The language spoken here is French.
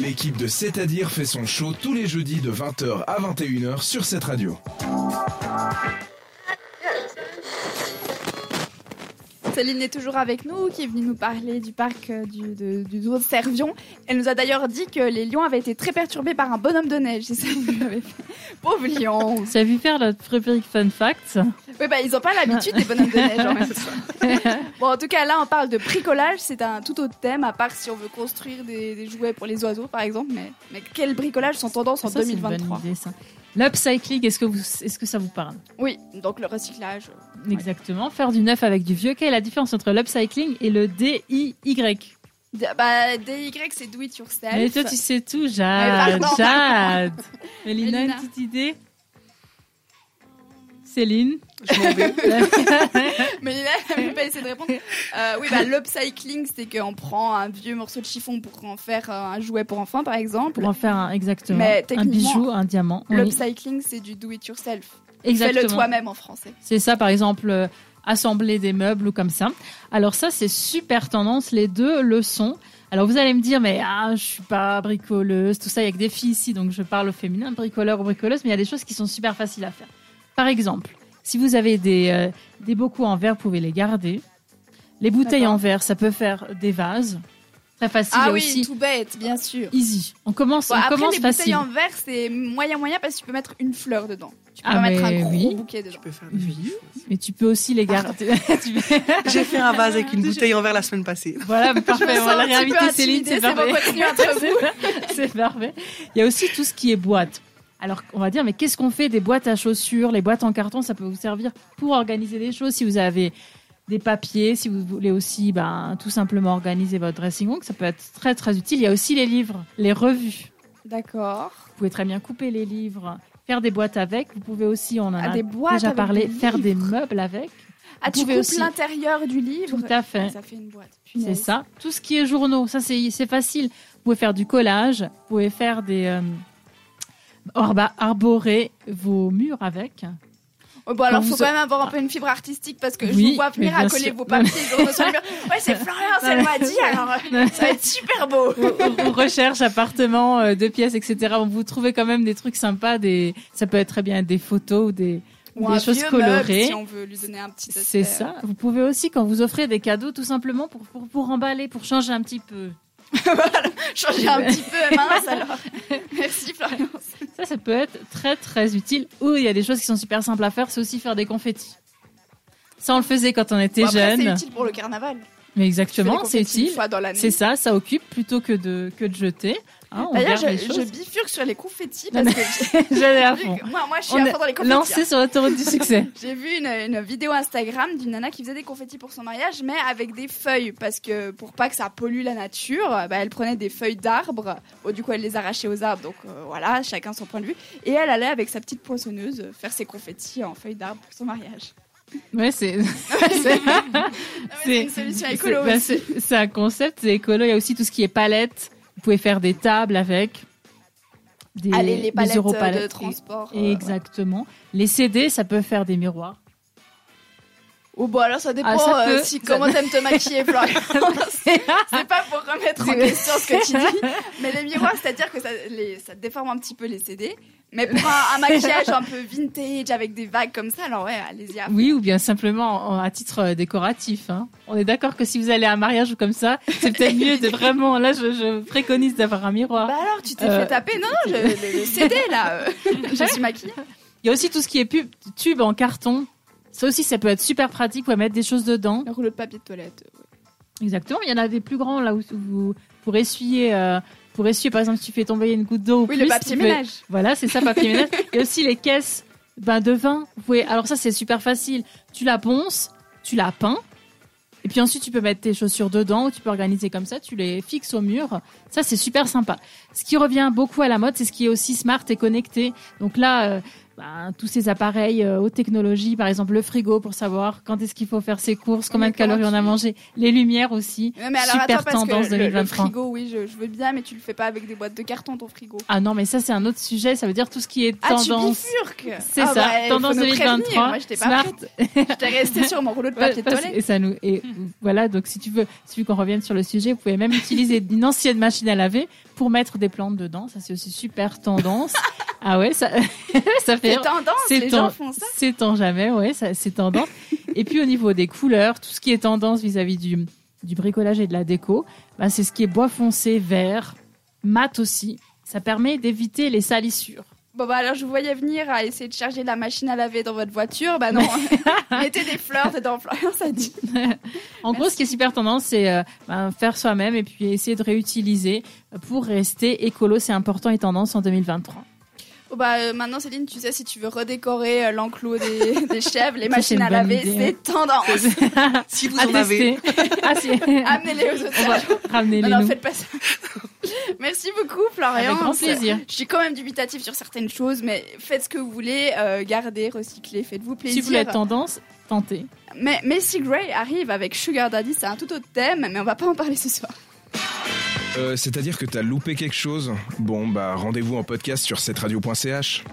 l'équipe de C'est-à-dire fait son show tous les jeudis de 20h à 21h sur cette radio. Céline est toujours avec nous, qui est venue nous parler du parc euh, du, de- du zoo de Servion. Elle nous a d'ailleurs dit que les lions avaient été très perturbés par un bonhomme de neige. C'est ça que vous avez fait. Pauvres lions Ça a vu faire notre rubrique fun fact. Oui, bah, ils n'ont pas l'habitude des bonhommes de neige en même temps. Bon, en tout cas, là, on parle de bricolage. C'est un tout autre thème, à part si on veut construire des, des jouets pour les oiseaux, par exemple. Mais, mais quel bricolage sont tendance en Ça, c'est une bonne 2023 idée, ça. L'upcycling, est-ce que, vous, est-ce que ça vous parle Oui, donc le recyclage. Exactement. Faire du neuf avec du vieux. Quelle est la différence entre l'upcycling et le DIY D- Bah, DY, c'est do it yourself. Mais toi, tu sais tout, Mais Jade. pardon, Jade. Mélina, une Mélina. petite idée Céline Je m'en vais. Mais là, elle n'a même pas essayé de répondre. Euh, oui, bah, l'upcycling, c'est qu'on prend un vieux morceau de chiffon pour en faire euh, un jouet pour enfants, par exemple. Pour en faire un, exactement, Mais un techniquement, bijou, un diamant. Oui, L'upcycling, c'est du do it yourself. exactement. Fais-le toi-même en français. C'est ça, par exemple, euh, assembler des meubles ou comme ça. Alors ça, c'est super tendance, les deux le sont. Alors vous allez me dire, mais ah, je suis pas bricoleuse, tout ça, il y a que des filles ici, donc je parle au féminin, bricoleur ou bricoleuse, mais il y a des choses qui sont super faciles à faire. Par exemple, si vous avez des, euh, des bocaux en verre, vous pouvez les garder. Les bouteilles D'accord. en verre, ça peut faire des vases. Très facile il y ah a oui, aussi. tout bête, bien sûr. Easy. On commence, Bon, on après, commence les facile. bouteilles en verre, c'est moyen moyen parce que tu peux mettre une fleur dedans. Tu peux Ah, en mettre mais un gros oui. bouquet dedans. Je peux faire des vieilles choses. Mais tu peux aussi les garder. Ah, Tu peux- J'ai fait un vase avec une bouteille en verre la semaine passée. voilà, Je me parfait. sens On va un la petit peu réinviter, Céline, intimidée, c'est c'est parfait. bon, continuez entre vous. C'est parfait. Il y a aussi tout ce qui est boîte. Alors, on va dire, mais qu'est-ce qu'on fait des boîtes à chaussures Les boîtes en carton, ça peut vous servir pour organiser des choses. Si vous avez des papiers, si vous voulez aussi ben, tout simplement organiser votre dressing room, ça peut être très très utile. Il y a aussi les livres, les revues. D'accord. Vous pouvez très bien couper les livres, faire des boîtes avec. Vous pouvez aussi, on en Ah, a des boîtes déjà avec parlé, des faire des livres. meubles avec. Ah, tu pouvez coupes aussi- l'intérieur du livre. Tout à fait. Ah, Ça fait une boîte. C'est Punaise. ça. Tout ce qui est journaux, ça c'est c'est facile. Vous pouvez faire du collage, vous pouvez faire des euh, arba- arborer vos murs avec. Ouais, bon, alors, Quand faut vous- Ah. quand même avoir un peu une fibre artistique parce que je Oui, vous vois venir mais bien à coller sûr. vos papiers dans vos sur le mur. Ouais, c'est Florian, c'est elle m'a dit, alors euh, ça va être super beau. Ou- ou- ou recherche appartement, euh, deux pièces, etc. Vous trouvez quand même des trucs sympas. Des ça peut être très bien des photos ou des ou Ou des un choses vieux colorées. meuble, si on veut lui donner un petit C'est aspect. euh, ça. Vous pouvez aussi, quand vous offrez des cadeaux, tout simplement pour, pour, pour emballer, pour changer un petit peu. Changer un petit peu, mince alors. Merci Florian. Ça, ça peut être très très utile. Ou il y a des choses qui sont super simples à faire, c'est aussi faire des confettis. Ça, on le faisait quand on était Bon, après, jeune. C'est utile pour le carnaval. Mais Tu fais des exactement, c'est confettis une utile. fois dans l'année. C'est ça, ça occupe plutôt que de, que de jeter. Hein, on D'ailleurs, garde je, les je choses. bifurque sur les confettis Non, parce que j'ai- J'allais à fond. moi, moi, je suis On à est fond dans les confettis. hein. Lancé sur l'autoroute du succès. J'ai vu une, une vidéo Instagram d'une nana qui faisait des confettis pour son mariage, mais avec des feuilles, parce que pour pas que ça pollue la nature, bah, elle prenait des feuilles d'arbres. Bon, du coup, elle les arrachait aux arbres, donc euh, voilà, chacun son point de vue. Et elle allait avec sa petite poinçonneuse euh, faire ses confettis en feuilles d'arbres pour son mariage. Ouais, c'est C'est c'est une solution écolo. c'est- bah, aussi. c'est- c'est un concept, c'est écolo. Il y a aussi tout ce qui est palette. Vous pouvez faire des tables avec. Des, Allez, les des palettes euh, de europalettes. transport. euh, Exactement. Les CD, ça peut faire des miroirs. Oh bon alors ça dépend Ah, ça euh, peut. si, Ça- comment t'aimes te maquiller Florian. c'est pas pour remettre en question ce que tu dis, mais les miroirs c'est-à-dire que ça, les, ça déforme un petit peu les CD, mais Euh. pour un, un maquillage un peu vintage avec des vagues comme ça, alors ouais allez-y. à fond. Oui, ou bien simplement en- à titre euh, décoratif. hein. On est d'accord que si vous allez à un mariage ou comme ça, c'est peut-être mieux de vraiment. Là, je, je préconise d'avoir un miroir. Bah alors tu t'es Euh, fait taper Non non je- le, le CD là, euh, je suis maquillée. Il y a aussi tout ce qui est pub, tube en carton. Ça aussi, ça peut être super pratique. Vous pouvez mettre des choses dedans. Le rouleau de papier de toilette. Exactement. Il y en a des plus grands là où vous pour essuyer, euh, pour essuyer par exemple, si tu fais tomber une goutte d'eau. ou Oui plus, le papier tu peux- ménage. Voilà, c'est ça, papier ménage. Et aussi les caisses ben, de vin. Vous pouvez... Alors ça, c'est super facile. Tu la ponces, tu la peins, et puis ensuite tu peux mettre tes chaussures dedans, ou tu peux organiser comme ça, tu les fixes au mur. Ça, c'est super sympa. Ce qui revient beaucoup à la mode, c'est ce qui est aussi smart et connecté. Donc là, euh, ben, tous ces appareils euh, aux technologies, par exemple le frigo pour savoir quand est-ce qu'il faut faire ses courses, combien Mais de calories comment on a tu- mangé, les lumières aussi. Non, mais alors Super attends, parce tendance que le- le, 2023. frigo, oui, je, je veux bien, mais tu le fais pas avec des boîtes de carton, ton frigo. Ah non, mais ça c'est un autre sujet, ça veut dire tout ce qui est Ah, tu tendance. bifurques C'est Ah, ça, bah, faut tendance nous prévenir. 2023. Moi, j'étais pas smart. prête. J'étais restée sur mon rouleau de Ouais, papier de parce- toilette. et ça nous et voilà donc si tu veux si tu veux qu'on revienne sur le sujet vous pouvez même utiliser une ancienne machine à laver pour mettre des plantes dedans ça c'est aussi super tendance ah ouais ça ça C'est fait tendance, c'est les ton- gens font ça. c'est tant jamais ouais ça c'est tendance et puis au niveau des couleurs tout ce qui est tendance vis-à-vis du du bricolage et de la déco bah, c'est ce qui est bois foncé vert mat aussi ça permet d'éviter les salissures Bon, bah alors je vous voyais venir à essayer de charger la machine à laver dans votre voiture. Bah non, mettez des fleurs dedans, Florian, ça dit. En gros, ce qui est super tendance, c'est euh, ben, faire soi-même et puis essayer de réutiliser pour rester écolo. C'est important et tendance en 2023. Bon, bah euh, maintenant, Céline, tu sais, si tu veux redécorer euh, l'enclos des, des chèvres, les Ça, c'est machines une à bonne laver, idée, hein. c'est tendance. Si vous à en avez. tester. Ah, si. Amenez-les aux autres. On va ramener Non, les non, nous. faites pas ça. Merci beaucoup, Florian. Avec grand plaisir. Je suis quand même dubitative sur certaines choses, mais faites ce que vous voulez, euh, gardez, recyclez, faites-vous Si plaisir. vous voulez être tendance, tentez. mais Messi Gray arrive avec Sugar Daddy, c'est un tout autre thème, mais on va pas en parler ce soir. Euh, C'est-à-dire que t'as loupé quelque chose Bon, bah rendez-vous en podcast sur cetteradio.ch.